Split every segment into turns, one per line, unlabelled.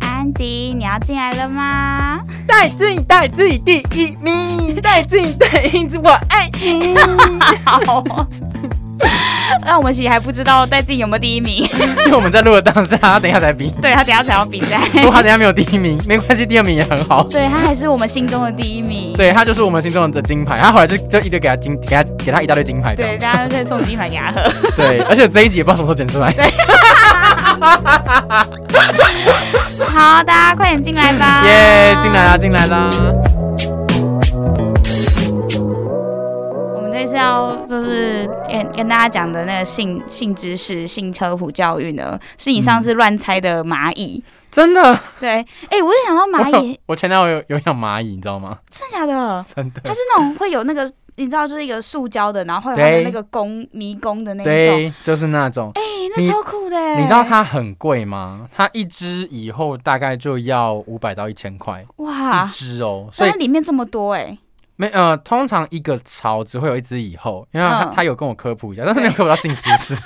安迪，你要进来了吗？
带进带进第一名，带进带进我爱你。
好，那我们其实还不知道戴自己有没有第一名，
因为我们在录的当下，他等一下才比，
对他等一下才要比赛，
不过他等一下没有第一名，没关系，第二名也很好。
对他还是我们心中的第一名。
对他就是我们心中的金牌，他后来就就一堆给他金，给他给他一大堆金牌这
对，
样。
大家都可以送金牌给他喝。
对，而且这一集也不知道什么时候剪出来。
好，大家快点进来吧。
耶，进来啦，进来啦。
我们这次要就是跟跟大家讲的那个性性知识、性科普教育呢，是你上次乱猜的蚂蚁。
真的，
对，哎、我就想到蚂
我
蚁
有，我前男友有有养蚂蚁，你知道吗？
真的假的？
真的。
它是那种会有那个，你知道，就是一个塑胶的，然后会有它的
对
那个宫迷宫的那一种。
对，就是那种。
哎、那
你
超酷的欸！
你知道它很贵吗？它一只以后大概就要五百到一千块
哇
一，只哦，
所
所以
以里面这么多哎、
没呃，通常一个巢只会有一只蚁后，因为他、
嗯
他有跟我科普一下，但是没有科普到性知 识，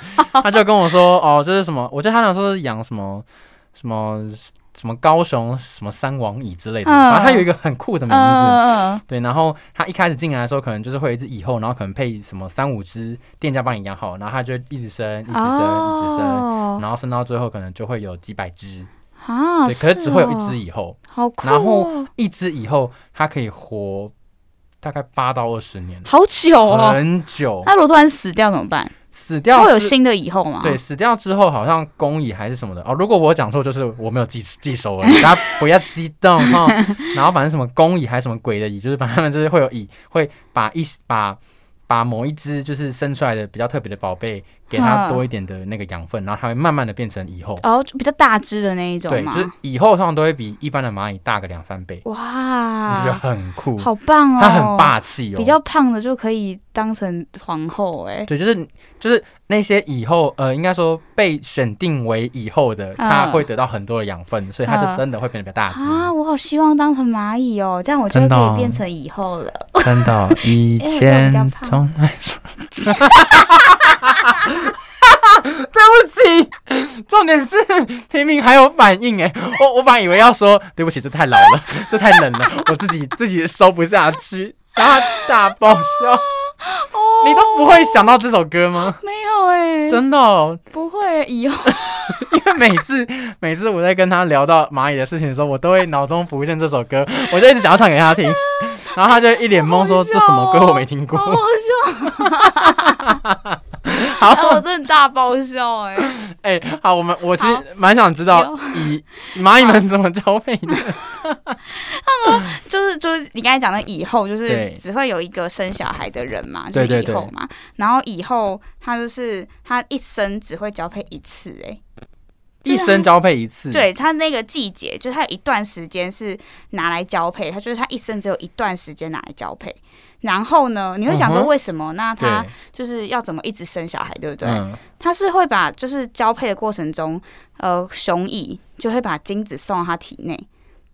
他就跟我说哦，这是什么？我记得他那时候是养什么什么什么高雄什么三王蚁之类的，
嗯
反正他有一个很酷的
嗯
名字。
嗯
对，然后他一开始进来的时候，可能就是会有一只蚁后，然后可能配什么三五只店家帮你养好，然后他就一直生，一直
嗯，
生，一直生，
哦
然后生到最后可能就会有几百只。
啊，
对，可是只会有一
哦
只，蚁后，
好酷、哦，
然后一只蚁后它可以活大概八到二十年。
好久哦。
很久，
那如果突然死掉怎么办？
死
它
掉
会有
之
新的以后吗？
对，死掉之后好像公蚁还是什么的哦。如果我讲错，就是我没有记记熟 而已，大家不要激动哈、然后反正什么公蚁还是什么鬼的蚁，就是反正他们就是会有蚁会把一把把某一只就是生出来的比较特别的宝贝，给它
嗯
多一点的那个养分，然后它会慢慢的变成蚁后。
哦，啊就比较大只的那一种
对，就
嘛。
是蚁后通常都会比一般的蚂蚁大个两三倍，我就觉得
哇，
很酷，
好棒哦！
它很霸气哦。
比较胖的就可以当成皇后哎、
对，就是就是那些以后呃，应该说被选定为以后的，他会得到很多的养分，所以他就真的会变得比较大
嗯啊，
只。
我好希望当成蚂蚁哦，这样我就
真
可
的哦
以变成以后了。
真的，哦以
哎因为我觉得我比较胖
从来说。 对不起，重点是平民还有反应哎，我我本来以为要说对不起，这太老了，这太冷了，我自己自己收不下去，然后他大爆笑。
哦，
你都不会想到这首 歌吗？
没有哎、
真的哦、
不会以 后
因为每次每次我在跟他聊到蚂蚁的事情的时候，我都会脑中浮现这首歌，我就一直想要唱给他听，然后他就一脸懵说：“
好好笑
这
哦
什么歌我没听过
好好。笑，哦
好
哎我真的大爆笑哎、
哎、好，我们我其
好
实蛮想知道蚁蚂蚁们怎么交配
啊
的。
就是就是你刚才讲的以后，就是
对
只会有一个生小孩的人嘛，就
对
是
对
以后嘛。然后以后他就是他一生只会交配一次、哎，
一生交配一次，，
对他那个季节，就是他有一段时间是拿来交配，他就是他一生只有一段时间拿来交配。然后呢，你会想说
嗯哼
为什么？那
对，
他就是要怎么一直生小孩，对不对？
嗯，
他是会把就是交配的过程中，呃，雄蚁就会把精子送到他体内，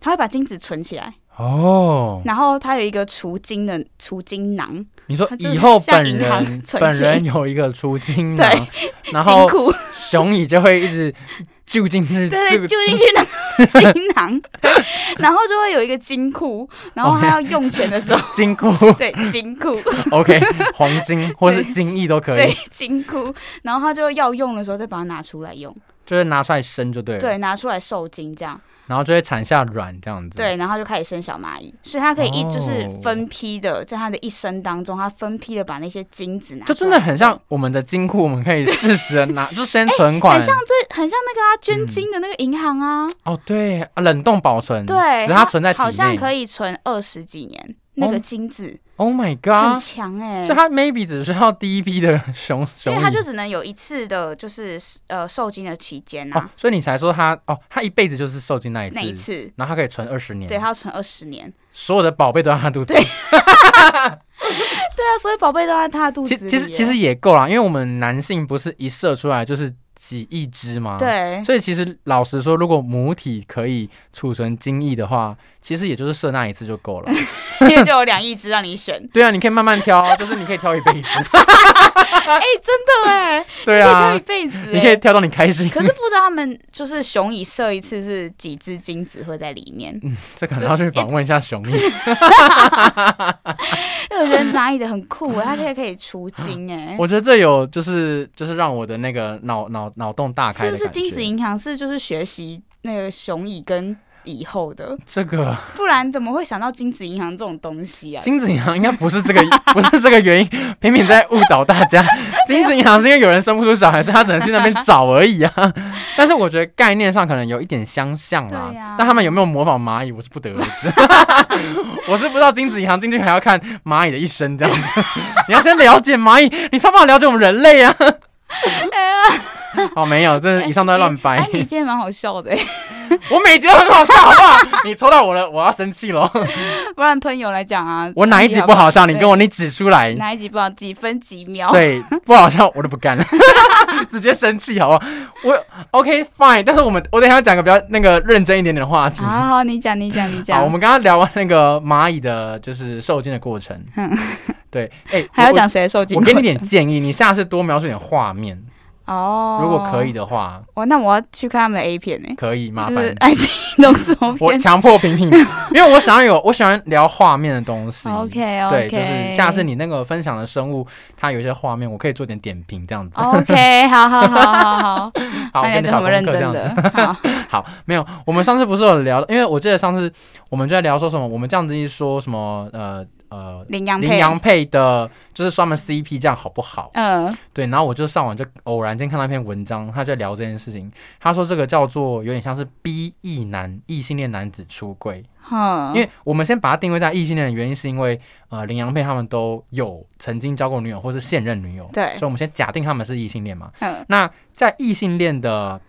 他会把精子存起来。
哦，
然后它有一个除精的除精囊、
你说
它就是
以后
像
本
银行
人
存
本
钱
人有一个出金囊，
金
然后
库，
雄蚁就会一直就进去，
对对，就
就
进去那个 精囊，然后就会有一个金库，然
哦
后他要用钱的时候，
金库
对金库，
，OK，黄金或是
对
金翼都可以
对。 金库，然后他就要用的时候再把它拿出来用，
就是拿出来生就对了，
对，拿出来受精这样，
然后就会产下卵这样子，，
对，然后就开始生小蚂蚁，所以它可以一、
哦
就是分批的，在它的一生当中，它分批的把那些精子拿出来，
就真的很像我们的金库，我们可以适时的 拿，就先存款，
很哎像这很像那个啊捐精的那个银行啊，
哦，对，啊冷冻保存，
对，
只是它存在体内，
好像可以存二十几年，那个精子、
，Oh my
很
god，
强哎、
所以它 maybe 只需要第一批的 熊
因
熊蚁，
为它就只能有一次的，就是呃受精的期间
哦
啊，，
所以你才说它哦，它一辈子就是受精那一次，
那一次，
然后它可以存二十年，
对，它要存二十年，
所有的宝贝都在它肚子，
对啊，所以宝贝都在它的肚子里
其
耶。
其实其实也够啦，因为我们男性不是一射出来就是几亿只吗？。
对，
啊所以其实老实说，如果母体可以储存精液的话，其实也就是射那一次就够 了。
因为就有两亿只让你选。
对啊，你可以慢慢挑啊，就是你可以挑一 辈子。
哎、真的哎，
对
可以挑一
啊，
辈子哎。
你可 以挑到你开心。
可是不知道他们就是熊蚁射一次是几只精子会在里面，
这可能要去访问一下熊毅。
因为我觉得蚂蚁的很酷，欸它现在可以除精哎。
我觉得这有就是就是让我的那个脑脑脑洞大开
是
的
不
感觉。
是精子银行是就是学习那个熊蚁跟蚁后的？
这个
不然怎么会想到精子银行这种东西啊？
金子银行应该不是这个， 不是这个原因，频频在误导大 家。金子银行是因为有人生不出小孩，所以他只能去那边找而 已啊。但是我觉得概念上可能有一点相像啦。
对啊
但他们有没有模仿蚂蚁，我是不得而 知。我是不知道金子银行进去还要看蚂蚁的一生这样子。 你要先了解蚂蚁，你才有办法了解我们人类啊。 哦，没有，这以上都在乱掰
哎、。你今天蛮好笑的、哎
我每集都很好笑，好不好？你抽到我了，我要生 气喽。
不然朋友来讲啊，
我哪一集不好笑？你
哎
跟我你指出来。
哪一集不好，几分几秒？
对，不好笑我都不干了， 直接生气好不好？我 OK fine，但是我们我等一下讲个比较那个认真一点点的话题。
好好，你讲，你讲，你
好，
讲。
我们刚刚聊完那个蚂蚁的，就是受精的过程。对，哎、
嗯 还要
我
讲谁的受精
我。我
过程？
给你点建议，你下次多描述点画面，
哦，
如果可以，的话，
哇，那我要去看他们的 A 片呢、欸
可以麻
就
烦。
是爱情动作
我
片。
强迫评 评，因为我想要有，我喜欢聊画面的东西。
OK OK，
对，就是下次你那个分享的生物，它有一些画面，我可以做点点评这样
哦
子。
OK，好好好好好，
好，我
那
给
你
你
要跟我
小功
们认
课这
真
样子。
的。好，
好，没有，我们上次不是有聊到，因为我记得上次我们就在聊说什么，我们这样子一说什么，呃呃，
羚羊
羚
配，
羊配的，就是说他们 CP 这样好不好？
嗯，
对，然后我就上网就偶然间看到一篇文章，他就在聊这件事情，他说这个叫做有点像是 B 异男异性恋男子出柜，
哼，
因为我们先把它定位在异性恋的原因是因为呃羚羊配他们都有曾经交过女友或是现任女友，
对
所以我们先假定他们是异性恋嘛。
嗯
那在异性恋的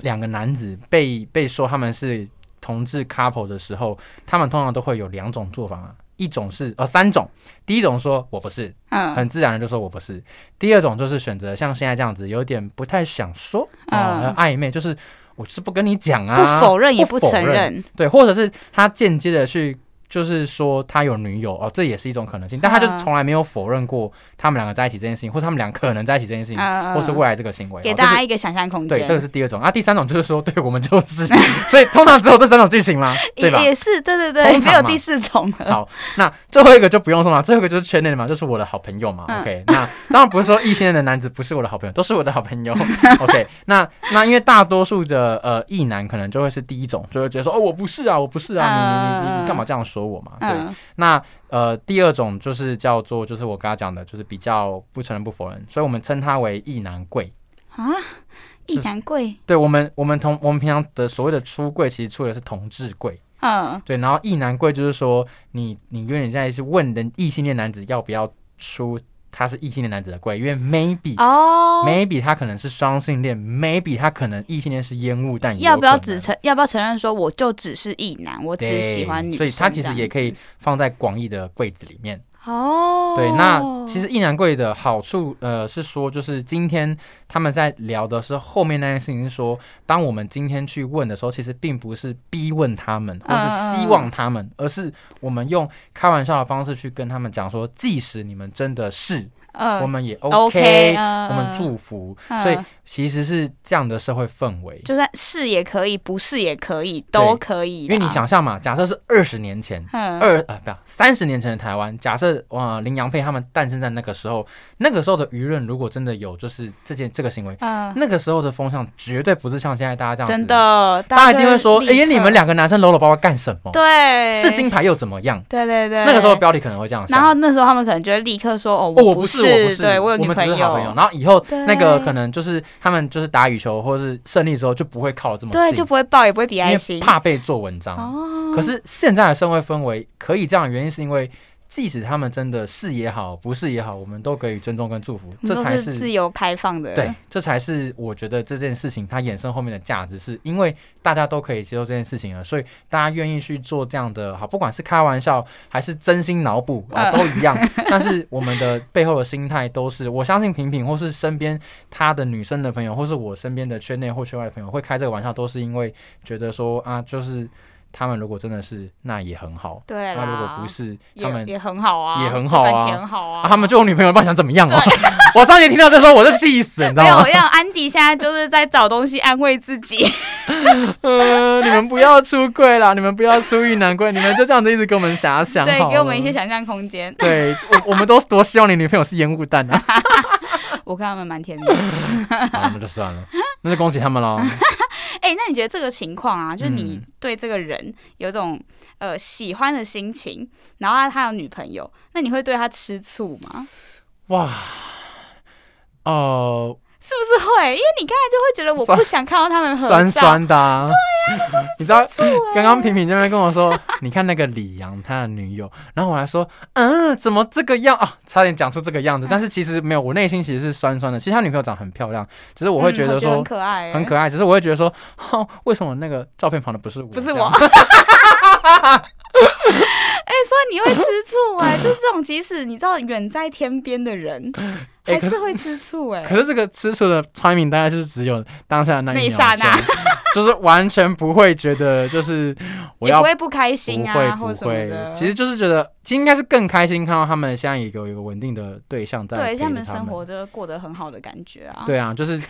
两个男子被被说他们是同志 couple 的时候，他们通常都会有两种做法嘛，一种是呃三种，第一种说我不是，
嗯
很自然的就说我不是；第二种就是选择像现在这样子，有点不太想说啊、
嗯
呃暧昧，就是我就是不跟你讲啊，
不否认也不
不否
承
认
认，
对，或者是他间接的去。就是说他有女友哦，这也是一种可能性，但他就是
嗯
从来没有否认过他们两个在一起这件事情，或者他们俩可能在一起这件事情，
嗯，
或是
嗯
未来这个行为，
给
哦这是
大家一个想象空间。
对，这个是第二种啊，第三种就是说，对我 们就是，所以通常只有这三种剧情嘛，对吧
也？也是，对对
通
对，
常
没有
嘛
第四种了。
好那最后一个就不用说嘛，最后一个就是圈内的嘛，就是我的好朋友嘛。
嗯
OK，那当然不是说异性恋的男子不是我的好朋友，都是我的好朋友。OK，那 那因为大多数的呃异男可能就会是第一种，就会觉得说哦我不是啊，我不是啊，你你你你干嘛这样说我嘛？对，
嗯，
那呃，第二种就是叫做，就是我刚刚讲的，就是比较不承认不否认，所以我们称它为异男贵。
啊，一男贵，
对我们，我们同我们平常的所谓的出柜，其实出的是同志柜。
嗯，
对，然后异男柜就是说，你你有点在是问人异性恋男子要不要出他是异性恋男子的柜，因为 maybe、
哦，
maybe 他可能是双性恋，maybe 他可能异性恋是烟雾弹，
要不要只
只
承要不要承认说我就只是一男，我只
对，
喜欢女生，
所以他其实也可以放在广义的柜子里
这
面。
样子。哦，
对，那其实意男贵的好处，呃，是说就是今天他们在聊的是后面那件事情，是说当我们今天去问的时候，其实并不是逼问他们，
嗯
或是希望他们，而是我们用开玩笑的方式去跟他们讲说，即使你们真的是，
嗯
我们也 OK，,
OK，
我
我
们祝福，
嗯
所以其实是这样的社会氛围。
就算是也可以，不是也可以，都可以。
因为你，想象嘛，假设是二十年前，
嗯，
二啊，不要三十年前的台湾，假设哇，林洋配他们诞生在那个时候，那个时候的舆论如果真的有就是这件这个行为，
嗯，
那个时候的风向绝对不是像现在大家这样
真
子，
的，
大
家
家一定会说，
就
哎、
立刻
你们两个男生搂搂抱抱干什么？
对
是金，牌又怎么样？
对对对，
那个时候的。标题可能会这样想。
然后那时候他们可能就会立刻说：“哦，
哦，我
不
不是，我不是，
对我有女
们只
朋
是好朋友。
友，
然后以后
对
那个可能就是他们就是打羽球或是胜利之后就不会靠得这么近，
对，就不会抱，也不会比
因
爱
为
心。”
怕被做文章。
哦，
可是现在的社会氛围可以这样，的原因是因为即使他们真的是也好，不是也好，我们都给予尊重跟祝福，
我们
这
都
才
是自由开放的，
对，这才是我觉得这件事情它衍生后面的价值，是因为大家都可以接受这件事情了，所以大家愿意去做这样的好，不管是开玩笑还是真心脑补啊，
嗯
都一样。但是我们的背后的心态都是，我相信平平或是身边她的女生的朋友，或是我身边的圈内或圈外的朋友会开这个玩笑，都是因为觉得说啊，就是他们如果真的是，那也很好。
对啦，
那如果不是，他
也
们
也很好啊，
也很好啊
就感情很好啊，
啊，他们就有女朋友，不然想怎么样啊？
对，
我上节听到这时候，我就气死，你
没
知道
有
吗？
让安迪现在就是在找东西安慰自己，
呃，你们不要出柜啦，你们不要出遇难柜，你们就这样子一直给我们遐想。
对，给我们一些。想象空间。
对，我我们都多希望你女朋友是烟雾弹啊！
我看他们蛮甜蜜的。
好，那就算了， 那就恭喜他们喽。
哎、那你觉得这个情况 啊，就是你
嗯
对这个人有种呃喜欢的心情，然后他他有女朋友，那你会对他吃醋吗？
哇，哦、
是不是会？因为你刚才就会觉得我
酸
不想看到他们合照，
酸酸的、啊。对呀、你知道
醋欸
刚刚平平这边跟我说， 你看那个李阳他的女友，然后我还说，嗯，怎么这个样啊？差点讲出这个样
嗯
子，但是其实没有，我内心其实是酸酸的。其实他女朋友长得很漂亮，只是我会
嗯
觉得说，
很可爱、欸，
很可爱，只是我会觉得说，哦，为什么那个照片旁的不是我？
不是
这
我。
样
哎、所以你会吃醋 哎、就是这种，即使你知道远在天边的人，
哎
还
可是
是会吃醋哎、
可是这个吃醋的 timing 大概是只有当下的那
那一
一秒
刹那
钟，就是完全不会觉得就是我
也
要
不会不开心
不
啊，
会
或
不
什么
会
的。，
其实就是觉得其实应该是更开心看到他们现在也有一个稳定的对象在
对，
陪着
像
他
他们
们
生活就是过得很好的感觉啊。
对啊，就是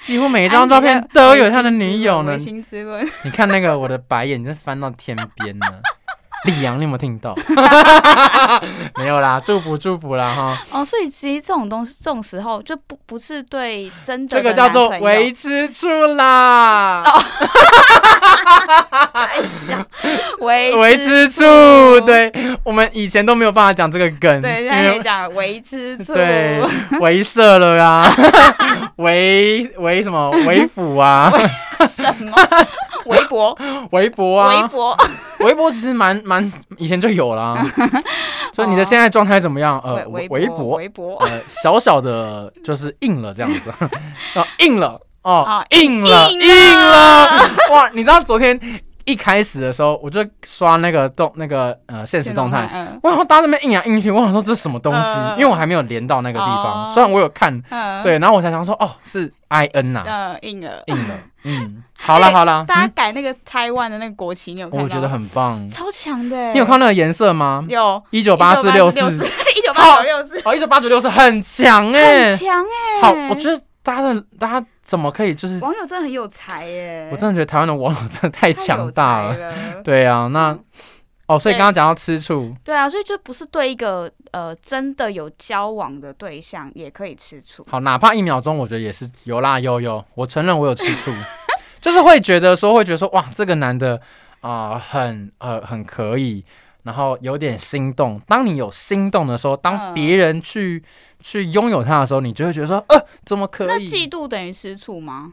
几乎每一
哎
张照片都有他的女友呢
唯。心之论，
你看那个我的白眼，真翻到天边了。 李阳，你有没有听到？ 没有啦，祝福祝福啦哈。
哦，所以其实这种东西，这种时候就不不是对真的
这个叫做 维
微
持处啦，
哦维
维持处。对，我们以前都没有办法讲这个梗，
对，现
因
在可
为
以讲维持醋，
对维社了呀， 维维什么维辅啊，
什 么微博、
维博
微
啊，
博，
维博其实蛮蛮以前就有啦。所以你的现在状态怎么样？呃，
微
微
哦博、
博，
微博。
呃，小小的就是硬了这样子， 哦，硬了，哦
哦，
硬了，
硬
硬
了
了，哇！你知道昨天一开始的时候，我就刷那个动那个呃现实动态，
嗯
我想说大家这边硬来硬去，我想说这是什么东西，
嗯
因为我还没有连到那个地方，
哦
虽然我有看，
嗯，
对，然后我才想说，哦，是 I N 呐，
嗯，硬了。
硬了，嗯，好啦
哎
好啦，嗯
大家改那个台湾的那个国旗，你有看到？
我觉得很棒，
超强的欸。
你有看到那个颜色吗？
有
一九八四六四，
一九八九六四，
哦，一九八九六四很强哎
很，强哎。
好，我觉得大家的大家怎么可以就是，
网友真的很有才耶，
我真的觉得台湾的网友真的
太
太强
有
大
才
了。
了。
对啊，那
嗯
哦，所以
对
刚刚讲到吃醋，
对啊，所以就不是对一个呃真的有交往的对象也可以吃醋。
好，哪怕一秒钟，我觉得也是有啦有有，我承认我有吃醋， 就是会觉得说会觉得说哇，这个男的啊、很呃很可以，然后有点心动。当你有心动的时候，当
嗯
别人去、去拥有他的时候，你就会觉得说呃怎么可
那
以？
嫉妒等于吃醋吗？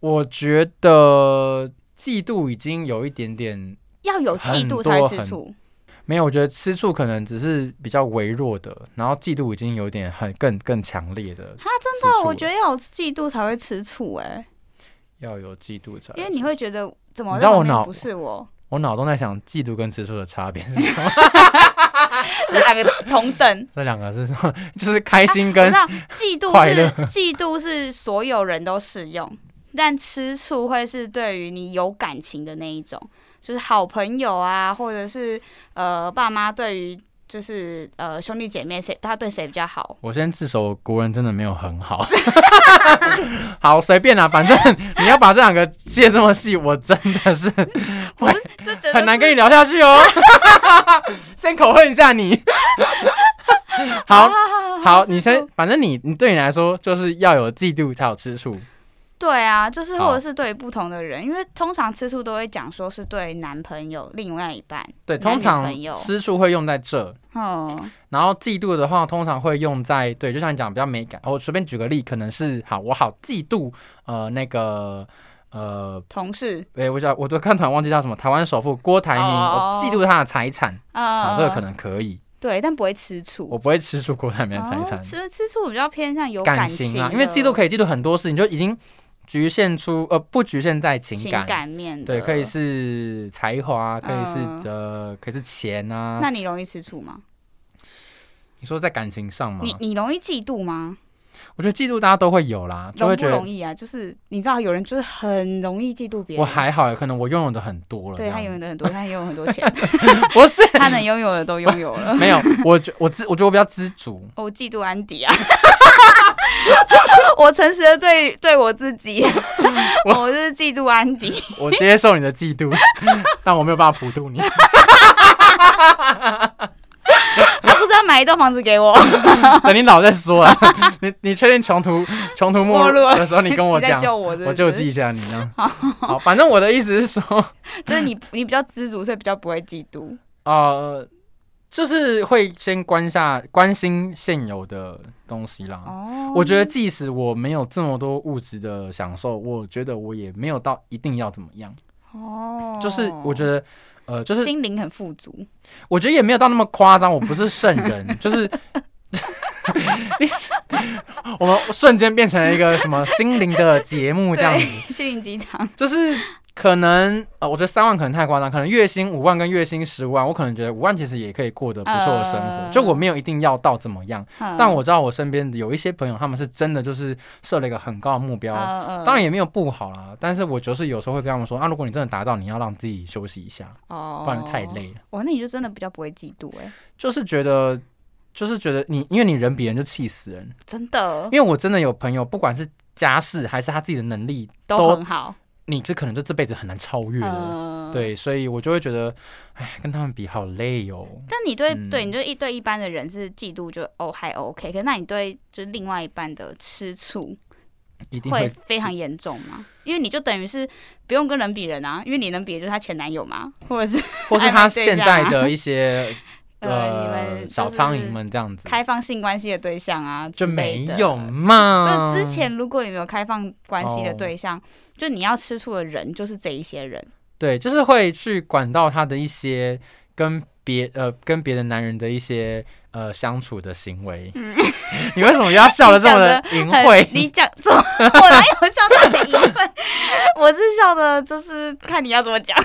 我觉得嫉妒已经有一点点
要有嫉妒
很多
才吃醋。啊
没有，我觉得吃醋可能只是比较微弱的，然后嫉妒已经有点很更更强烈的。
他真的，我觉
得
得要有嫉妒才会吃醋哎、
要有嫉妒才，
因为你会觉得怎么
呃你知道
这
我
方面
脑
不是我，
我脑中在想嫉妒跟吃醋的差别是什么？
这两个同等。
这两个是什么？ 就是开心
我知
跟、
道嫉妒
快乐
是 嫉妒是所有人都适用，但吃醋会是对于你有感情的那一种，就是好朋友啊，或者是呃爸妈对于就是呃兄弟姐妹谁他对谁比较好，
我先自首，国人真的没有很好。 好，随便啦，反正你要把这两个切这么细，我真的是
不是就觉得
很难
是
跟你聊下去 哦。先口恨一下你。好，好，你
吃
先
醋，
反正你你对你来说就是要有嫉妒才有吃醋，
对啊，就是
好
或者是对于不同的人，因为通常吃醋都会讲说是对男朋友另外一半，
对，
男
通
女
常
朋友
吃醋会用在这，
嗯
然后嫉妒的话通常会用在对，就像你讲比较美感，哦我随便举个例，可能是好，我好嫉妒呃那个呃。
同事，
哎、我叫我都看突然忘记叫什么，台湾首富郭台铭
哦
我嫉妒他的财产，啊
呃，
好，这个可能可以，
对，但不会吃醋。
我不会吃出国产面的三餐
哦，，吃吃醋比较偏向有
感
性
情
的，
啊，因为嫉妒可以嫉妒很多事情，就已经局限出呃不局限在情
情
感，
感面的
对，可以。是才华，可以是、
嗯
呃，可以是钱啊。
那你容易吃醋吗？
你说在感情上吗？
你你容易嫉妒吗？
我觉得嫉妒大家都会有啦，就
容
会
不
觉得
容易啊？就是你知道有人就是很容易嫉妒别人，
我还好，可能我拥有的很多了这
对
样。
他拥有的很多，他拥有很多 钱，
不是
他能拥有的都拥有 了。
没有，我觉我知，我觉得我比较知 足。
哦我嫉妒安迪啊！ 我诚实的对对我自己， 哦
我
我就是嫉妒安迪。
我接受你的嫉妒， 但我没有办法普渡你。
他不是要买一栋房子给我？
等你老再说啊。 你你确定穷途穷途末
末
路
路
的时候， 你跟我
你在
讲，
救我是不是，
我救济一下你呢。好，反正我的意思是说，
就是你你比较知足，所以比较不会嫉妒。
呃，就是会先关下关心现有的东西啦。
哦
我觉得即使我没有这么多物质的享受，我觉得我也没有到一定要怎么样。
哦，
就是我觉得，呃，就是
心灵很富足。
我觉得也没有到那么夸张，我不是圣人，就是。 你我们瞬间变成了一个什么心灵的节目这样子，
对，心灵鸡汤。
就是可能呃，我觉得三万可能太夸张，可能月薪五万跟月薪十万，我可能觉得五万其实也可以过得不错的生活，
呃嗯
就我没有一定要到怎么样，但
但
我知道我身边有一些朋友，他们是真的就是设了一个很高的目标，哦
嗯
当然也没有不好啦，但是我就是有时候会跟他们说啊，如果你真的达到，你要让自己休息一下，
哦，
不然太。累了。
哇，那你就真的比较不会嫉妒哎、
就是觉得，就是觉得你，因为你人比人就气死人。
真的
因为我真的有朋友，不管是家世还是他自己的能力，
都很好。
你这可能就这辈子很难超越了。
嗯，。
对，所以我就会觉得，哎，跟他们比好累哦。
但你对、
嗯
对，你就一对一般的人是嫉妒就哦还 OK，可是那你对就是另外一半的吃醋
一定
会
会
非常严重吗？因为你就等于是不用跟人比人啊，因为你能比的就是她前男友嘛，或者是
或是
暧昧
他
对
现
象
在
啊
的 一些
呃你们
呃
就
小苍蝇
是
们这样子，
开放性关系的对象啊，
就
之类
没
的
有嘛。哦
就之前如果你没有开放关系的对象，就你要吃醋的人就是这一些人。
对，就是会去管到他的一些跟别呃跟别的男人的一些呃相处的行为。
嗯
你为什么要笑得这么的淫
很
秽？
你讲 怎么？我哪有笑到你淫秽？ 我是笑的，就是看你要怎么讲。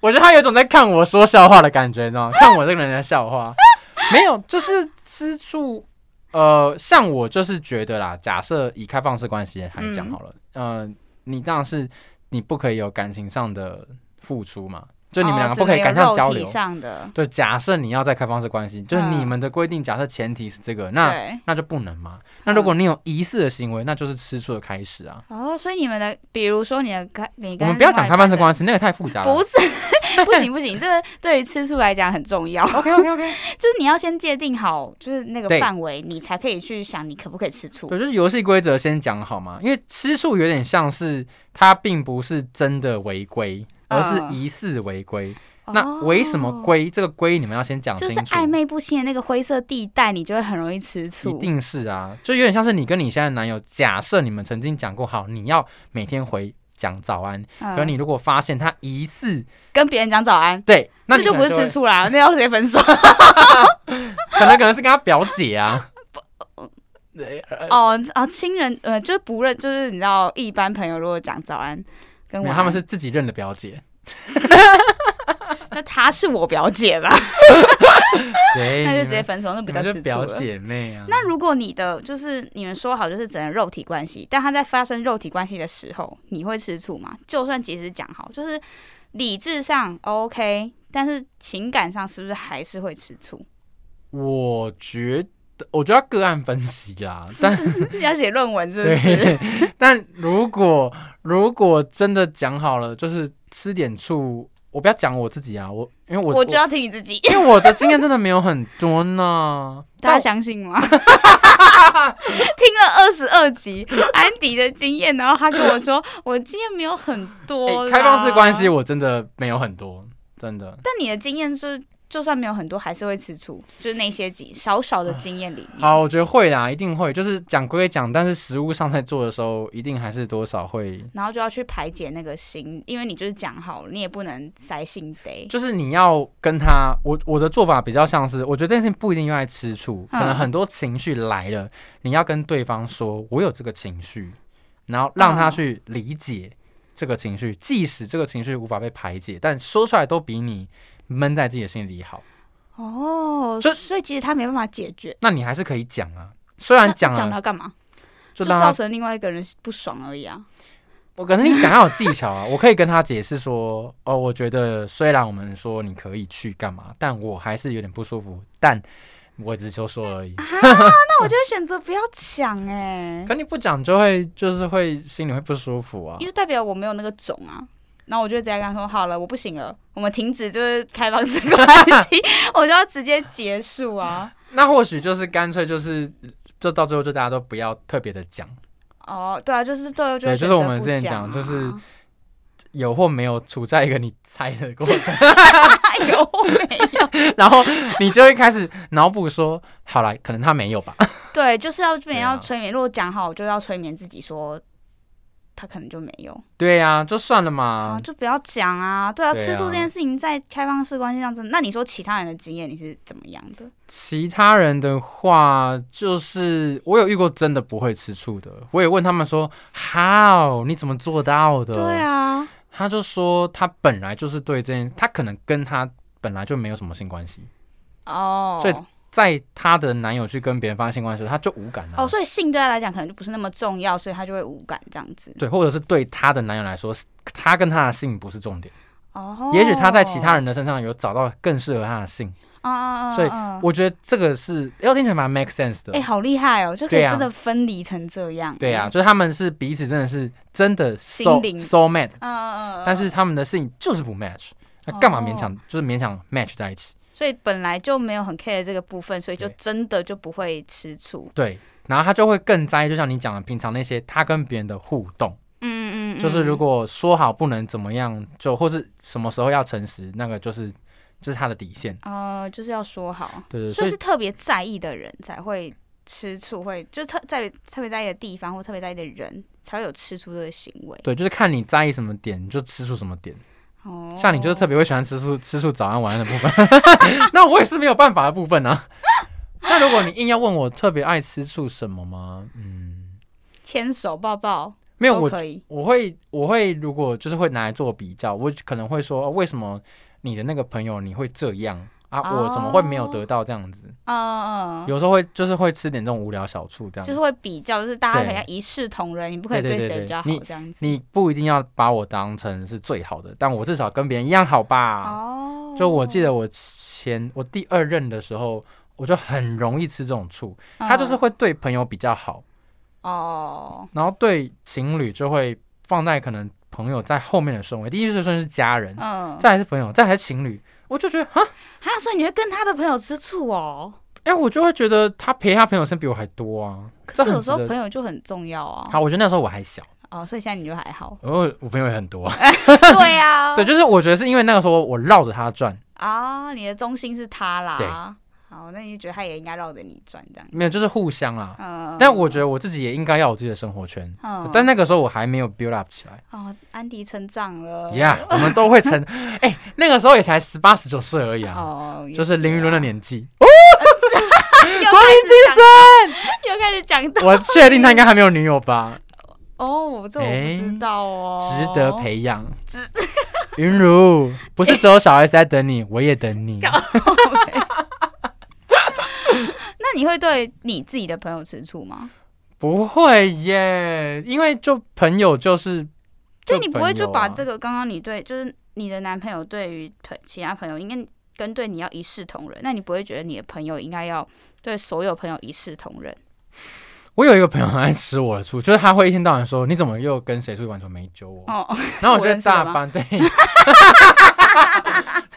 我觉得他有一种在看我说笑话的感觉，你知道吗？看我这个人的笑话， 没有，就是吃醋。呃，像我就是觉得啦，假设以开放式关系来讲
嗯
好了，呃，你当然是你不可以有感情上的付出嘛，就你们两个
哦
不可以
只
感
能有
情上交
肉体
流。
上的，
对，假设你要在开放式关系，就是
嗯
你们的规定，假设前提是这个，那
对。
那就不能嘛。那如果你有疑似的行为，那就是吃醋的开始啊。
哦，所以你们的，比如说你的开，你
我
跟
们不要讲开放式
系，
关系，那个啊太复杂了。
嗯不是， 不行不行，这对于吃醋来讲很重要。
OK OK OK，
就是你要先界定好，就是那个
对
范围，你才可以去想你可不可以吃醋。
对，就是游戏规则先讲好嘛，因为吃醋有点像是它并不是真的违规，而是
嗯
疑似违规。
哦
那为什么规？这个规你们要先讲
就
清
是
楚。
暧昧不清的那个灰色地带，你就会很容易吃醋。
一定是啊，就有点像是你跟你现在的男友，假设你们曾经讲过好，你要每天回讲早安，
嗯
可你如果发现他疑似
跟别人讲早安，
对，那
这
你
就
可
不
能
是吃
会，
醋啦，那要谁分手？
可能可能是跟他表 姐啊。对呃
哦哦，亲人呃，就是不认，就是你知道，一般朋友如果讲早安跟
没
我，
有他们是自己认的表姐，
那她是我表姐吧，
对，
那就
你
直接
们
分手，那比
你
较
们
吃醋
就表
了。
姐妹啊。
那如果你的就是你们说好就是只能肉体关系，但他在发生肉体关系的时候，你会吃醋吗？就算即使讲好，就是理智上 OK，但是情感上是不是还是会吃醋？
我觉得，我觉得要个案分析啦， 但
要写论文是不是？
对， 但如果如果真的讲好了，就是吃点醋，我不要讲我自己啊，我因为我
我就要听你自己，
因为我的经验真的没有很 多呢。
大家
但
相信吗？听了二十二集安迪的经验，然后他跟我 说，我经验没有很多、
哎开放式关系，
我。
我真的没有很多，真的。
但你的经验是就算没有很多，还是会吃醋，就是那些几少少的经验里面。
好，我觉得会啦，一定会。就是讲归讲，但是实物上在做的时候，一定还是多少会，
然后就要去排解那个心，因为你就是讲好了，你也不能塞心得。
就是你要跟他，我我的做法比较像是，我觉得这件事情不一定用来吃醋，可能
嗯
很多情绪来了，你要跟对方说，我有这个情绪，然后让他
嗯
去理解这个情绪，即使这个情绪无法被排解，但说出来都比你闷在自己的心里好。
哦
就
所以其实他没办法解决。
那你还是可以讲啊，虽然
那
讲
讲
了
了干嘛？
就
就
让他
造成另外一个人不爽而已啊。
我可能你讲要有技巧啊，我可以跟他解释说，哦，我觉得虽然我们说你可以去干嘛，但我还是有点不舒服，但我只是就说而已。
啊那我就会选择不要讲哎、
可你不讲就会就是会心里会不舒服啊
因。为代表我没有那个种啊。然后我就直接跟他说：“好了，我不行了，我们停止就是开放式关系， 我就要直接结束啊。
那或许就是干脆就是就到最后就大家都不要特别的讲，”
哦，对啊，就是最后就
对
会
就是
选择
我们
不
之前
讲
讲就是
啊
有或没有处在一个你 猜的过程，
哎呦我没 有，
然后你就会开始脑补说，好了，可能他没有吧。
对，就是要这边
对啊
要催眠。如果讲好，我就要催眠自己说他可能就没有
对呀、就算了嘛
啊，。就不要讲啊。对啊，
对啊
吃醋这件事情在开放式关系上真的，那你说其他人的经验你是怎么样的？
其他人的话，就是我有遇过真的不会吃醋的，我也问他们说，How 你怎么做到的？
对，啊，
他就说他本来就是对这件，他可能跟他本来就没有什么性关系，
哦，
所以啊在她的男友去跟别人发生性关系的时候，他就无感了、啊
哦，所以性对他来讲可能就不是那么重要，所以他就会无感这样子。
对，或者是对她的男友来说，他跟她的性不是重点，
哦，
也许他在其他人的身上有找到更适合他的性，
嗯，嗯嗯，
所以
嗯嗯
我觉得这个是要听起来蛮 make sense 的。
哎、好厉害哦，就可以
对啊
真的分离成这样。
对啊，就是他们是彼此真的是真的 so
心灵
so mad，
嗯，嗯嗯哦嗯，
但是他们的事情就是不 match，那干嘛勉强、就是勉强 match 在一起？
所以本来就没有很 care 这个部分，所以就
对
真的就不会吃醋。
对，然后他就会更在意，就像你讲的，平常那些他跟别人的互动，
嗯嗯嗯，
就是如
果
果说好不能怎么样，就或是什么时候要诚实，那个就是就是他的底线。
呃，就是要说好，
对对，
所
所
以
以
是特别在意的人才会吃醋，会就是特在特别在意的地方或特别在意的人才会有吃醋这个行为。
对，就是看你在意什么点，你就吃出什么点。
哦，
像你就是特别会喜欢吃醋，吃醋早安晚安的部分， 那我也是没有办法的部 分啊。那如果你硬要问我特别爱吃醋什么吗？嗯，
牵手抱抱
没有，
都
我
可以。
我会我会如果就是会拿来做比较，我可能会说、哦为什么你的那个朋友你会这样啊？
哦
我怎么会没有得到这样子？
嗯嗯嗯，
有时候会就是会吃点这种无聊小醋这样
就
子
是。会比较，就是大家
对
可能要一视同仁，你不可以
对对对
谁
对
比较好
你
这样子。
你不一定要把我当成是最好的，但我至少跟别人一样好吧？
哦，
就我记得我前我第二任的时候，我就很容易吃这种醋，
嗯
他就是会对朋友比较好，
哦，
然后对情侣就会放在可能朋友在后面的顺位，第一顺位是家人，
嗯，
再来是朋友，再来是情侣，我就觉得哈，
啊，所以你会跟他的朋友吃醋哦。
哎、我就会觉得他陪他朋友时间比我还多啊。
可是
这
有
很
时候
值得
朋友就很重要啊。
好，我觉得那时候我还小，。
哦，所以现在你就还好
我我朋友也很多，
哎
啊
对呀，
对，就是我觉得是因为那个时候我绕着他转，
啊，你的中心是他
对
啦。好，那你就觉得他也应该绕着你转这样。
没有就是互相啦。
嗯，
但我觉得我自己也应该要有自己的生活圈，
嗯，
但那个时候我还没有 build up 起来。
哦，安迪成长了。
呀、我们都会成，哎、那个时候也才十八十九岁而已啊，
哦，也
就是林
啊
云伦的，年纪。
又开始 讲，又开始讲到
我确定他应该还没有女友吧，
哦，我这我
哎
不知道哦，
值得。培养。 云如，不是只有小 S 在等你，我也等你。
那你会对你自己的朋友吃醋吗？
不会耶，因为就朋友就是，啊
就你不会就把这
个
个刚刚你对，就是你的男朋友对于朋其他朋友应该跟对你要一视同仁，那你不会觉得你的朋友应该要对所有朋友一视同仁？
我有一个朋友很爱吃我的醋，就是他会一天到晚说你怎么又跟谁出去玩，怎么没揪我？
哦，
然后
是
我就
认识的
大
吗
翻，对。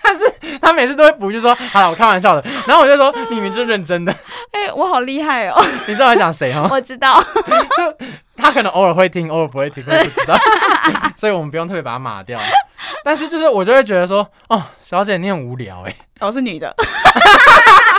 但是他每次都会补一句说：“好了，我开玩笑的。”然后我就说：“你明明就是认真的。”
哎、我好厉害哦，
你知道我在讲谁吗？
我知道，
就他可能偶尔会听，偶尔不会听，我也不知道， 所以我们不用特别把他码掉。但是就是我就会觉得说，哦，小姐你很无聊哎、
我是女的，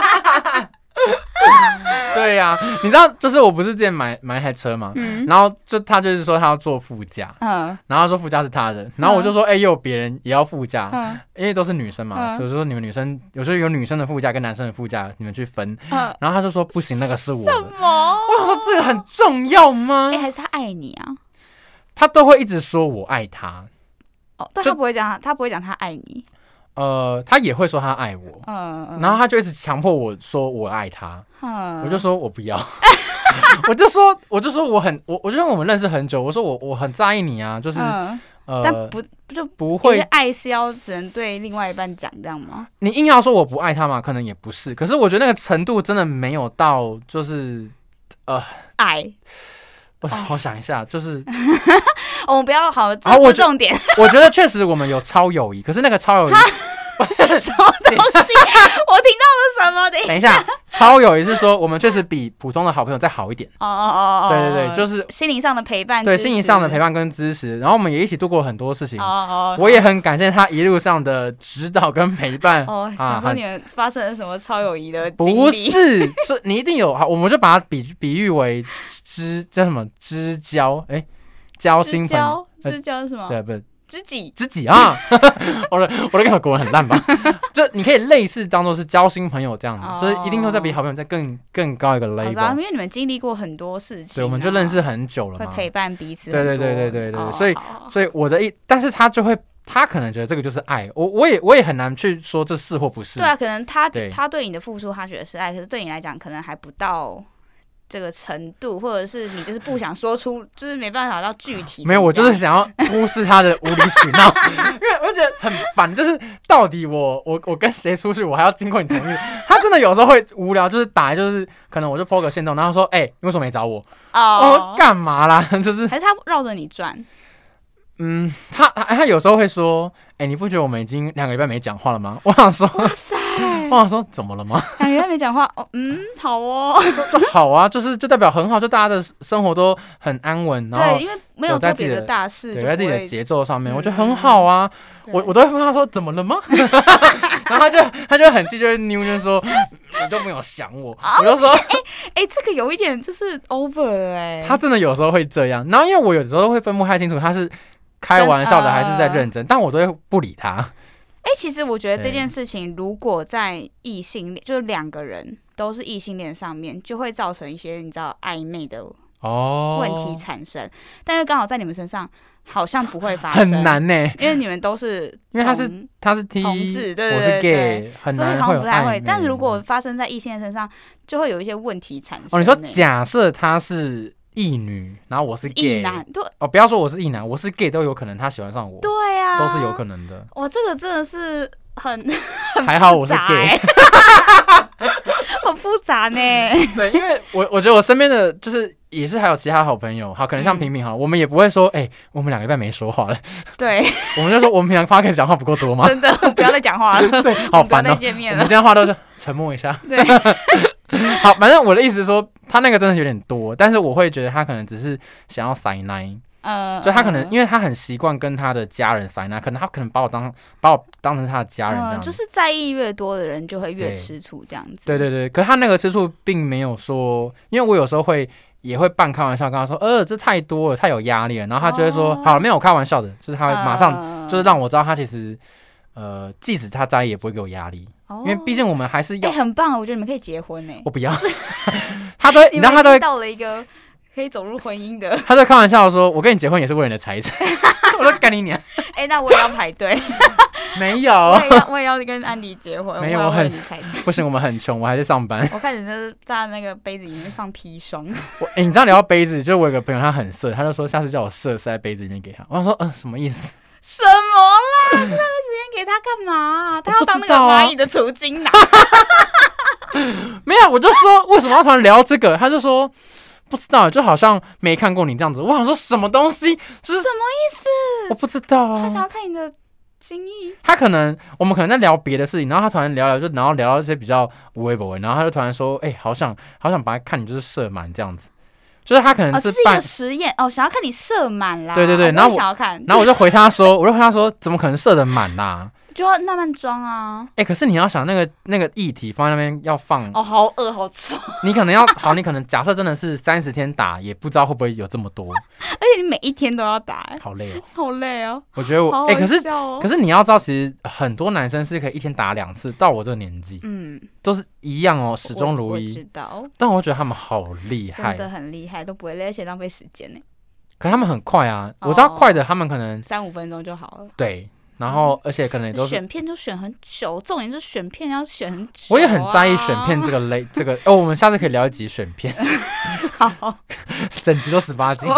对呀、你知道就是我不是之前买买一台车嘛，
嗯
然后就他就是说他要坐副驾，
嗯
然后他说副驾是他的，然后我就说哎、也有别人也要副驾，
嗯
因为都是女生嘛，
嗯
就是说你们女生有时候有女生的副驾跟男生的副驾，你们去分。
嗯，
然后他就说不行，那个是我的。我
么？
想说这个很重要吗
哎、？还是他爱你啊？
他都会一直说我爱他，
哦，但
就
他不会讲，他不会讲他爱你。
呃，他也会说他爱我，
嗯，嗯
然后他就一直强迫我说我爱他，
嗯
我就说我不要， 我就说我就说我很我我就说我们认识很久，我说我我很在意你啊，就是、
嗯，但
呃
不就
不
因为
会，
爱是要只能对另外一半讲这样吗？
你硬要说我不爱他嘛，可能也不是，可是我觉得那个程度真的没有到，就是
爱，哦
我我想一下，就是
我们不要好，这
啊我
不
觉
重点，
我觉得确实我们有超友谊，可是那个超友谊，
什么东西？我听到了什么？等一
等一下，超友谊是说我们确实比普通的好朋友再好一点。
哦哦哦，
对对对，就是是
心灵上的陪伴，
对
支
心灵上的
持
陪。伴跟支持，然后我们也一起度过很多事情
哦。 哦，
我也很感谢他一路上的指导跟陪伴。 啊
哦，想说你们发生了什么超友谊的经
不
历？
是，是你一定有，好我们就把它比比喻为知叫什么知交，哎、交
知
心朋友，
交哦是交什么？
对不对？
知己
知己啊！ 我的我的感觉国文很烂吧？ 就你可以类似当做是交心朋友这样
哦
的，就是一定会在比好朋友再更更高一个
我知道，因
level。
为你们经历过很多事情啊，
对，我们就认识很久了
啊会
嘛。
陪伴彼此
对
很
对
多。
对对对对
哦
所以
好好好
所以我的一，但是他就会，他可能觉得这个就是爱，我我也我也很难去说这是或不是。
对啊，可能他
对
他对你的付出，他觉得是爱，可是对你来讲，可能还不到这个程度，或者是你就是不想说出，就是没办法到具体。
没有，我就是想要忽视他的无理取 闹，因为我觉得很烦。就是到底我我我跟谁出去，我还要经过你同意。他真的有时候会无聊，就是打来就是可能我就 po 个线动，然后说哎、你为什么没找我？哦
哦，，
干嘛啦？ 就是
还是他绕着你转，
嗯，他他他有时候会说哎、你不觉得我们已经两个礼拜没讲话了吗？我想说，
哇塞，
我想说怎么了吗？
感觉他没讲话哦，嗯，好哦，
就好啊，就是就代表很好，就大家的生活都很安稳，然后
对，因为没有
有在
特
自己
别的
的
大事，
对
就
在
不
自己的
会
节奏上面，我觉得
嗯
很好啊。我
对
我都会问他说怎么了吗？ 然后他就他就很气，就会扭就说你都没有想我，
啊
我就说
哎、这个有一点就是 over 了哎、
他真的有时候会这样。然后因为我有时候会分不太清楚他是开玩笑的
真呃
还是在认真，但我都会不理他。
哎、其实我觉得这
对哦
件事情，如果在异性恋，就是两个人都是异性恋上面，就会造成一些你知道暧昧的
哦，
问题产生，但是刚好在你们身上好像不会发生，
很，难呢、
因为你们都是
因为他是
同
他是 T，
同志对对
我是
对
gay，很
所以
难
好
会
像
有
不太
暧昧
会。。但是如果发生在异性恋身上，就会有一些问题产生欸、
哦，你说假设他是异女，然后我是
是
gay，
异男，对
哦，不要说我是异男，我是 gay 都有可能他喜欢上我，
对啊，
都是有可能的。
我这个真的是很
还好哦我是
杂
gay，
欸很复杂呢、
对，因为我我觉得我身边的就是也是还有其他好朋友，好，可能像
嗯
平平好了，我们也不会说，哎、我们两个礼拜没说话了，
对，
我们就说我们平常 p o d 讲话不够多 吗？
真的不要再讲话了，
对， 好
不要
烦哦、
再见面
我
了
们。 今天话都是沉默一下。
对，
好，反正我的意思是说，他那个真的有点多，但是我会觉得他可能只是想要塞奶，
呃，
就他可能因为他很习惯跟他的家人塞奶，可能他可能把我当把我当成他的家人这样
嗯，
子。
就是在意越多的人就会越
对
吃醋这样子。
对对对，可是他那个吃醋并没有说，因为我有时候会也会半开玩笑跟他说，呃，这太多了，太有压力了。然后他就会说，
哦
好了，没有我开玩笑的，就是他会马上、
嗯
就是让我知道他其实，呃，即使他在意也不会给我压力，
哦
因为毕竟我们还是
哎、
要，
很棒，我觉得你们可以结婚呢、
我不要，他都会，你知道他都
已经
会，
到了一个可以走入婚姻的，
他在开玩笑地说，我跟你结婚也是为了你的 财产，我说干你娘，
哎、那我也要排队，
没
我
有，
也要我也要跟安迪结婚，
没有
我
我很
要为你才结
不行，我们很穷，我还在上班。
我看人家在那个杯子里面放砒霜，
我、哎，你知道聊到杯子，就我有个朋友他很色，他就说下次叫我色是在杯子里面给他，我想说，嗯、什么意思？
什么啦？是那个时间给他干嘛、他要当那个
我不知道啊
蚂蚁的除精囊。
没有，我就说为什么要突然聊这个？他就说不知道，就好像没看过你这样子。我想说什么东西？就是
什
么意思？我不知道
他想
啊。
要看你的精液，
他可能我们可能在聊别的事情，然后他突然聊聊就，然后聊到一些比较微博，然后他就突然说：“哎、好想好想把他看你就是射满这样子。”就是他可能
哦，
是
这是一
半
个实验哦，想要看你射满啦。
对对对
我也
然后我
想要看，
然后我就回他说，我就回他说，怎么可能射得满啦、
就要慢慢装啊。
哎、可是你要想那个那个液体放在那边要放，
哦，好恶，好臭，
你可能要 好，你可能假设真的是三十天打，也不知道会不会有这么多，
而且你每一天都要打、哎
好累哦。
好累哦。
我觉得
好
我哎、
好
可是
笑哦
可是你要知道，其实很多男生是可以一天打两次，到我这个年纪
嗯，
都是一样哦，始
我
终如
我
一
知。道，
但我觉得他们好厉害
真，的很厉害，都不会累，而且浪费时间呢，
可他们很快啊。我知道
哦
快的，他们可能
三五分钟就好了。
对，然后而且可能也哎都
嗯
是。
选片就选很久，重点是选片要选很久、啊
我也很在意选片。这个类，这个哦，我们下次可以聊一集选片，
好，
整集都十八禁。
我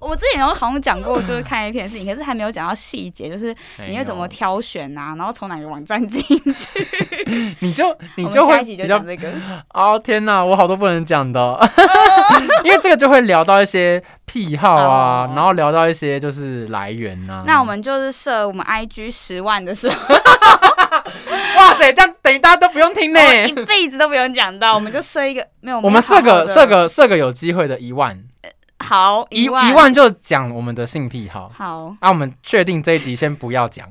我们之前有好像讲过，就是看 A 片的事情，可是还没有讲到细节，就是你要怎么
哎没有
挑选啊，然后从哪个网站进。
你就你
我们
就
下
会
一集就
比较
讲这个。
哦天哪，我好多不能讲 的哦，因为这个就会聊到一些癖好啊
哦，
然后聊到一些就是来源啊。
那我们就是设我们 IG 十万的时候，
哇塞，这样等于大家都不用听呢。
我哦一辈子都不用讲到，我们就设一个没有，
我
们
们设
好好
个
地
设个设个有机会的一万
好
一
一
一
万
万就讲我们的性癖好。
好，
啊，我们确定这一集先不要讲，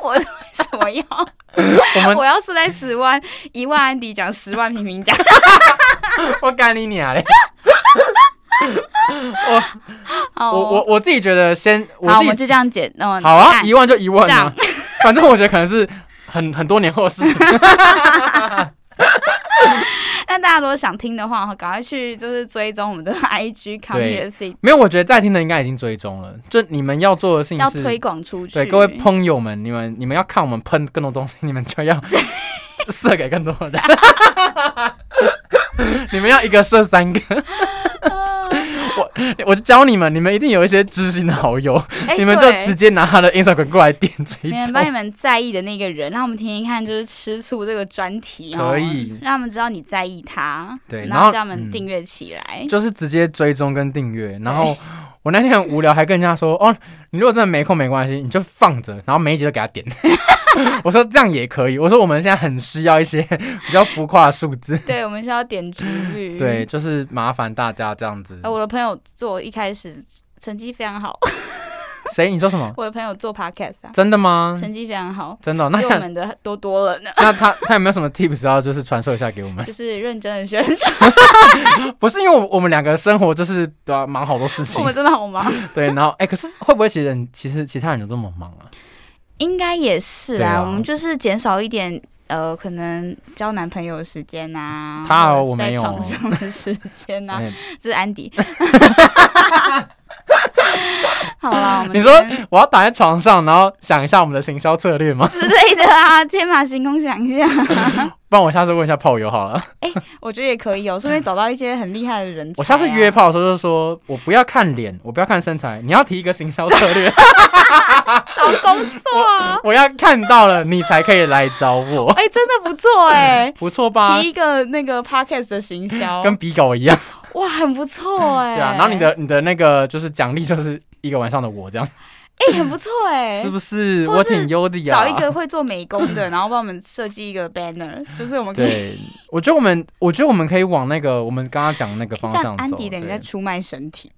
我为什么要？
我们
我要是在十万一万安迪讲，十万平平讲，
我干你娘嘞！
好
我
哦
我我自己觉得先我
好，我
自己
们就这样剪，嗯，
好啊，
看
一万就一万
这
啊
样，
反正我觉得可能是很很多年后的事情。
那大家如果想听的话，赶快去就是追踪我们的 IG c o n v e r s a t
没有，我觉得在听的应该已经追踪了。就你们要做的事情
要
是，
推广出去。
对各位朋友们，你们你们要看我们喷更多东西，你们就要 射给更多 人。你们要一个 射三个，我我就教你们，你们一定有一些知心的好友，
哎
你们就
对
直接拿他的 Instagram 过来点追
你们把你
踪。
们在意的那个人，让我们听听看，就是吃醋这个专题哦，
可以
让他们知道你在意他，
对
然
然后
叫他们
嗯
订阅起来。
就是直接追踪跟订阅，然后我那天很无聊，还跟人家说，哦，你如果真的没空没关系，你就放着，然后每一集都给他 点。我说这样也可以，我说我们现在很需要一些比较浮夸的数字，
对，我们需要点击率。
对，，就是麻烦大家这样子
呃，。我的朋友做一开始成绩非常好，
谁？你说什么？
我的朋友做 podcast 啊，
真的吗？
成绩非常好，
真的哦、那哎
比我们的多多了呢。
那他他有没有什么 tips 要就是传授一下给 我们？
就是认真的宣传，
不是因为我我们两个生活就是对啊，忙好多 事
我
情
们，真的好忙。
对，然后哎、可是会不会其实人其实其他人有这么忙啊？
应该也是
对
啦，
啊
我们就是减少一点呃，可能交男朋友的时间呐、
他哦
或者是
我没有
在床上的时间 呐、
哎
这是安迪。好啦，我们
你
今
说
天
我要躺在床上，然后想一下我们的行销策略吗？
之类的啊，天马行空想一下，
不然我下次问一下炮友好 了。
我觉得也可以哦，顺便找到一些很厉害的人才啊、
我下次约炮的时候就说，我不要看脸，我不要看身材，你要提一个行销策略，
找工作啊，
我要看到了你才可以来找我，
哎、真的不错 哎、
不错吧？
提一个那个 podcast 的行销，
跟比狗一样，
哇，很不错哎、
对啊。然后你的你的那个就是奖励就是一个晚上的我这样，
哎、很不错哎、
是不是？
或
我
是
挺优的呀。
找 一个会做美工的，然后帮我们设计一个 banner，就是我们可以。
对，我觉得我们我觉得我们可以往那个我们刚刚讲的那个方
这
向
样
走。
安迪等于在
对
出卖身体，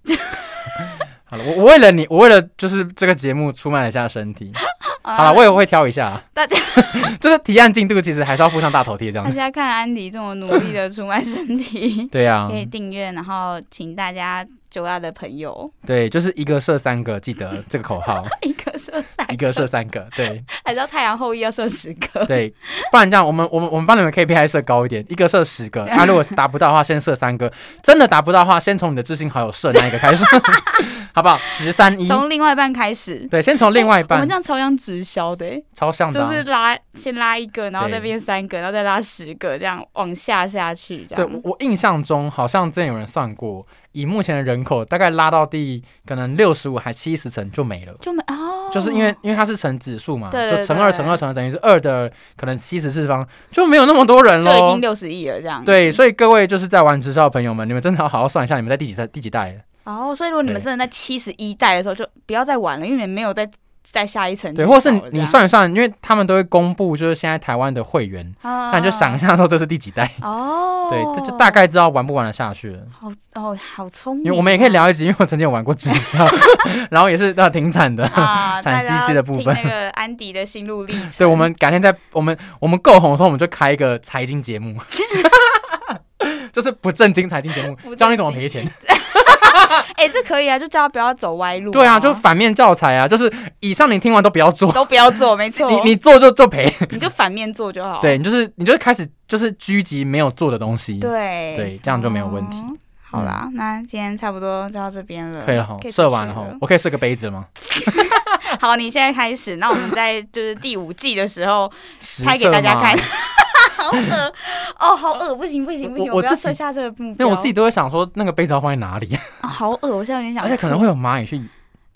好了，我我为了你，我为了就是这个节目出卖了一下身 体。
好
好了，我也会挑一下。
大家 哎
就是提案进度其实还是要附上大头贴这样
呃大
子。
家看安迪这么努力的出卖身 体，
对啊
可，以订阅，然后请大家九幺的朋友
对，就是一个射三个，记得这个 口号，
一个射三
一，个射三个，对
还是要太阳后裔要射十个，
对，不然这样我们我们我们帮你们 KPI 设高一点，一个射 十个，啊那、如果是达不到的话，先射三个，真的达不到的话，先从你的至亲好友射那一个开始， 好不好？十三一，
从另外一半开始。
对，先从另外一
我
半
们这，样超像直销的欸、
超像的
就
啊、
是拉先拉一个，然后
对
再变三个，然后再拉十个，这样往下下去，这
对
样。
我印象中好像之前有人算过，以目前的人口，大概拉到第可能六十五还七十层就没了。
就没哦，
就是因为因为它是乘指数嘛，
对对
就乘二
对
乘二乘二等于是二的可能七十次方，就没有那么多人
就已经
喽。
六十亿了这样。
嗯对，所以各位就是在玩直销的朋友们，你们真的要好好算一下，你们
嗯
在第几代第几代了？
哦，所以如果你们
对
真的在七十一代的时候，就不要再玩了，因为你们没有在在下一层去
对，
找
或
了
是
这
你
样。
你算一算，因为他们都会公布就是现在台湾的会员，
啊，
那你就想一下说这是第几代，
哦，
对，这就大概知道玩不玩得下去了。
好哦，好聪明哦。
因为我们也可以聊一集，因为我曾经有玩过直 销， 然后也是那挺惨的。
啊，
惨
大
兮
家
兮
要
的部
听
分
那个安迪的心路历程。
对，我们改天再我们我们够红的时候，我们就开一个财经节目， 就是不正经财经节目
不，正
教你怎么
经
赔钱。
哎、这可以啊，就叫他不要走歪路啊、
对啊，就反面教材啊，就是以上你听完都不要做，
都不要做，没错，
你你做就就赔。
你就反面做就好。
对你就是你就开始就是狙击没有做的东西。
对
对这样就没有问题嗯
哦好啦，那今天差不多就到这边了，
可以了哈，
出
射完
去
了哈，我可以射个杯子了吗？
好，你现在开始，那我们在就是第五季的时候
实
拍给
测
大家
吗
看。好恶哦，好恶，不行不行不行，
我
我不要
我自己
设下这个目
因
标。
为我自己都会想说那个杯子要放在哪里，
哦好恶，我现在有点想
而
吐，
且可能会有蚂蚁去
应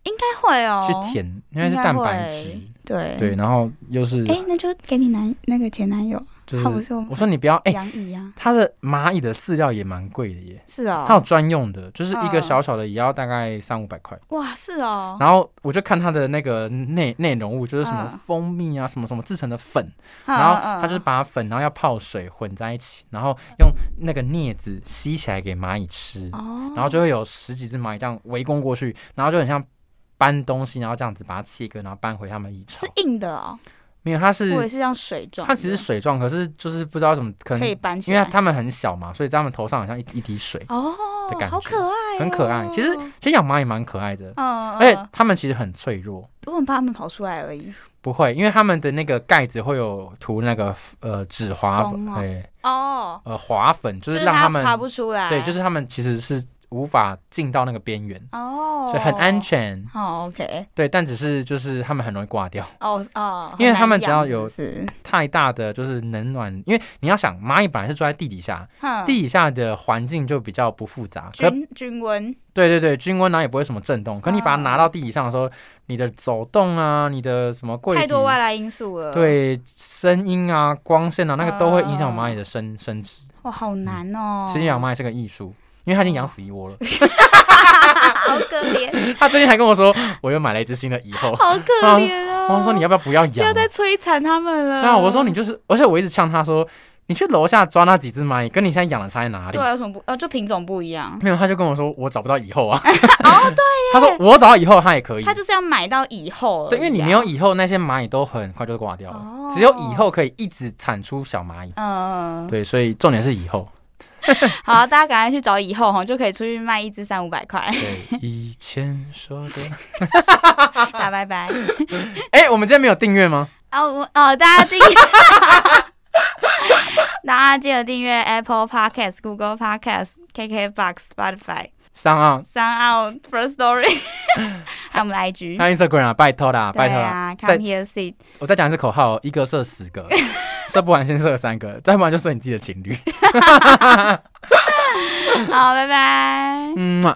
该会哦，
去舔，因为是
应该
蛋白
会
质。
对
对，。然后又是
哎，那就给你男那个前男友，
就
他不
是
是我们
我说你不要哎，
杨怡啊，
它的蚂蚁的饲料也蛮贵的耶，
是哦，
它有专用的，就是一个
嗯
小小的也要大概三五百块。
哇，是哦，
然后我就看它的那个内内容物，就是什
嗯
么蜂蜜啊，什么什么制成的粉，
嗯
然后
嗯
它就是
嗯
把粉，然后要泡水混在一起，然后用那个镊子吸起来给蚂蚁吃，
哦，
然后就会有十几只蚂蚁这样围攻过去，然后就很像搬东西，然后这样子把它切割，然后搬回它们的蚁巢
是。硬的哦，
没有，它
我也
是
是像水状的，
它其实是水状，可是就是不知道怎么，可
可
能
以搬起
因为
来，
它们很小嘛，所以在它们头上好像一一滴水。
哦
的感，
好
觉
可爱哦，
很可爱其实
嗯，
其实养蚂蚁蛮可爱的，
嗯
而且
嗯
它们其实很脆弱，
我很怕它们跑出来而已。
不会，因为它们的那个盖子会有涂那个呃纸滑
风
粉，
哦
对，
哦，
呃滑粉，就
就是是
让
它
们
爬不出来，
对，就是它们其实是无法进到那个边缘，
哦，
所以很安。全。
哦，OK，
对，但只是就是它们很容易挂掉，
哦哦，
因为它们
很难
只要
养
有
是
太大的就是冷暖，因为你要想蚂蚁本来是住在地底下，
第
地底下的环境就比较不复杂，可
嗯均均温，
对对对，均温然后也不会什么震动，可你把它
嗯
拿到地底上的时候，你的走动啊，你的什么柜体
太多外来因素了。，
对声音啊、光线啊，那个都会影响蚂蚁的生生殖。
哇，好难哦。
其实养蚂蚁是个艺术，因为它已经养死一窝了。
好可怜，
他最近还跟我说，我又买了一只新的蚁后。
好可怜哦。
我说你要不要不要
不要
养？啊
再摧残它们了。
那我说你就是，而且我一直呛他说，你去楼下抓那几只蚂蚁，跟你现在养的差在哪里
对？啊，有什么不？呃，就品种不一样，
没有，他就跟我说我找不到蚁 后啊。哦，对他说我找到蚁后，它也可以
它。就是要买到以后而已啊。
对，因为你没有蚁后，那些蚂蚁都很快就挂掉了。
哦，
只有蚁后可以一直产出小蚂蚁。
嗯，
对，所以重点是 蚁后。
好，大家赶快去找以后哈，就可以出去卖一只三五百 块。
对，以前说的。
大拜拜。
哎、我们今天没有订阅吗？
啊，我哦，大家订阅， 大家记得订阅 Apple Podcast、Google Podcast、KKBox、Spotify、
三啊，
嗯 Sound Out、First Story，还有我们的 IG。
那 Instagram 啊，拜托啦，拜
对
托啦。
啊
再
，Come here sit。
我再讲一次口号哦，一个射十 个，射不完先射三个，再不然就射你自己的情侣。
好，拜拜。
嗯嘛。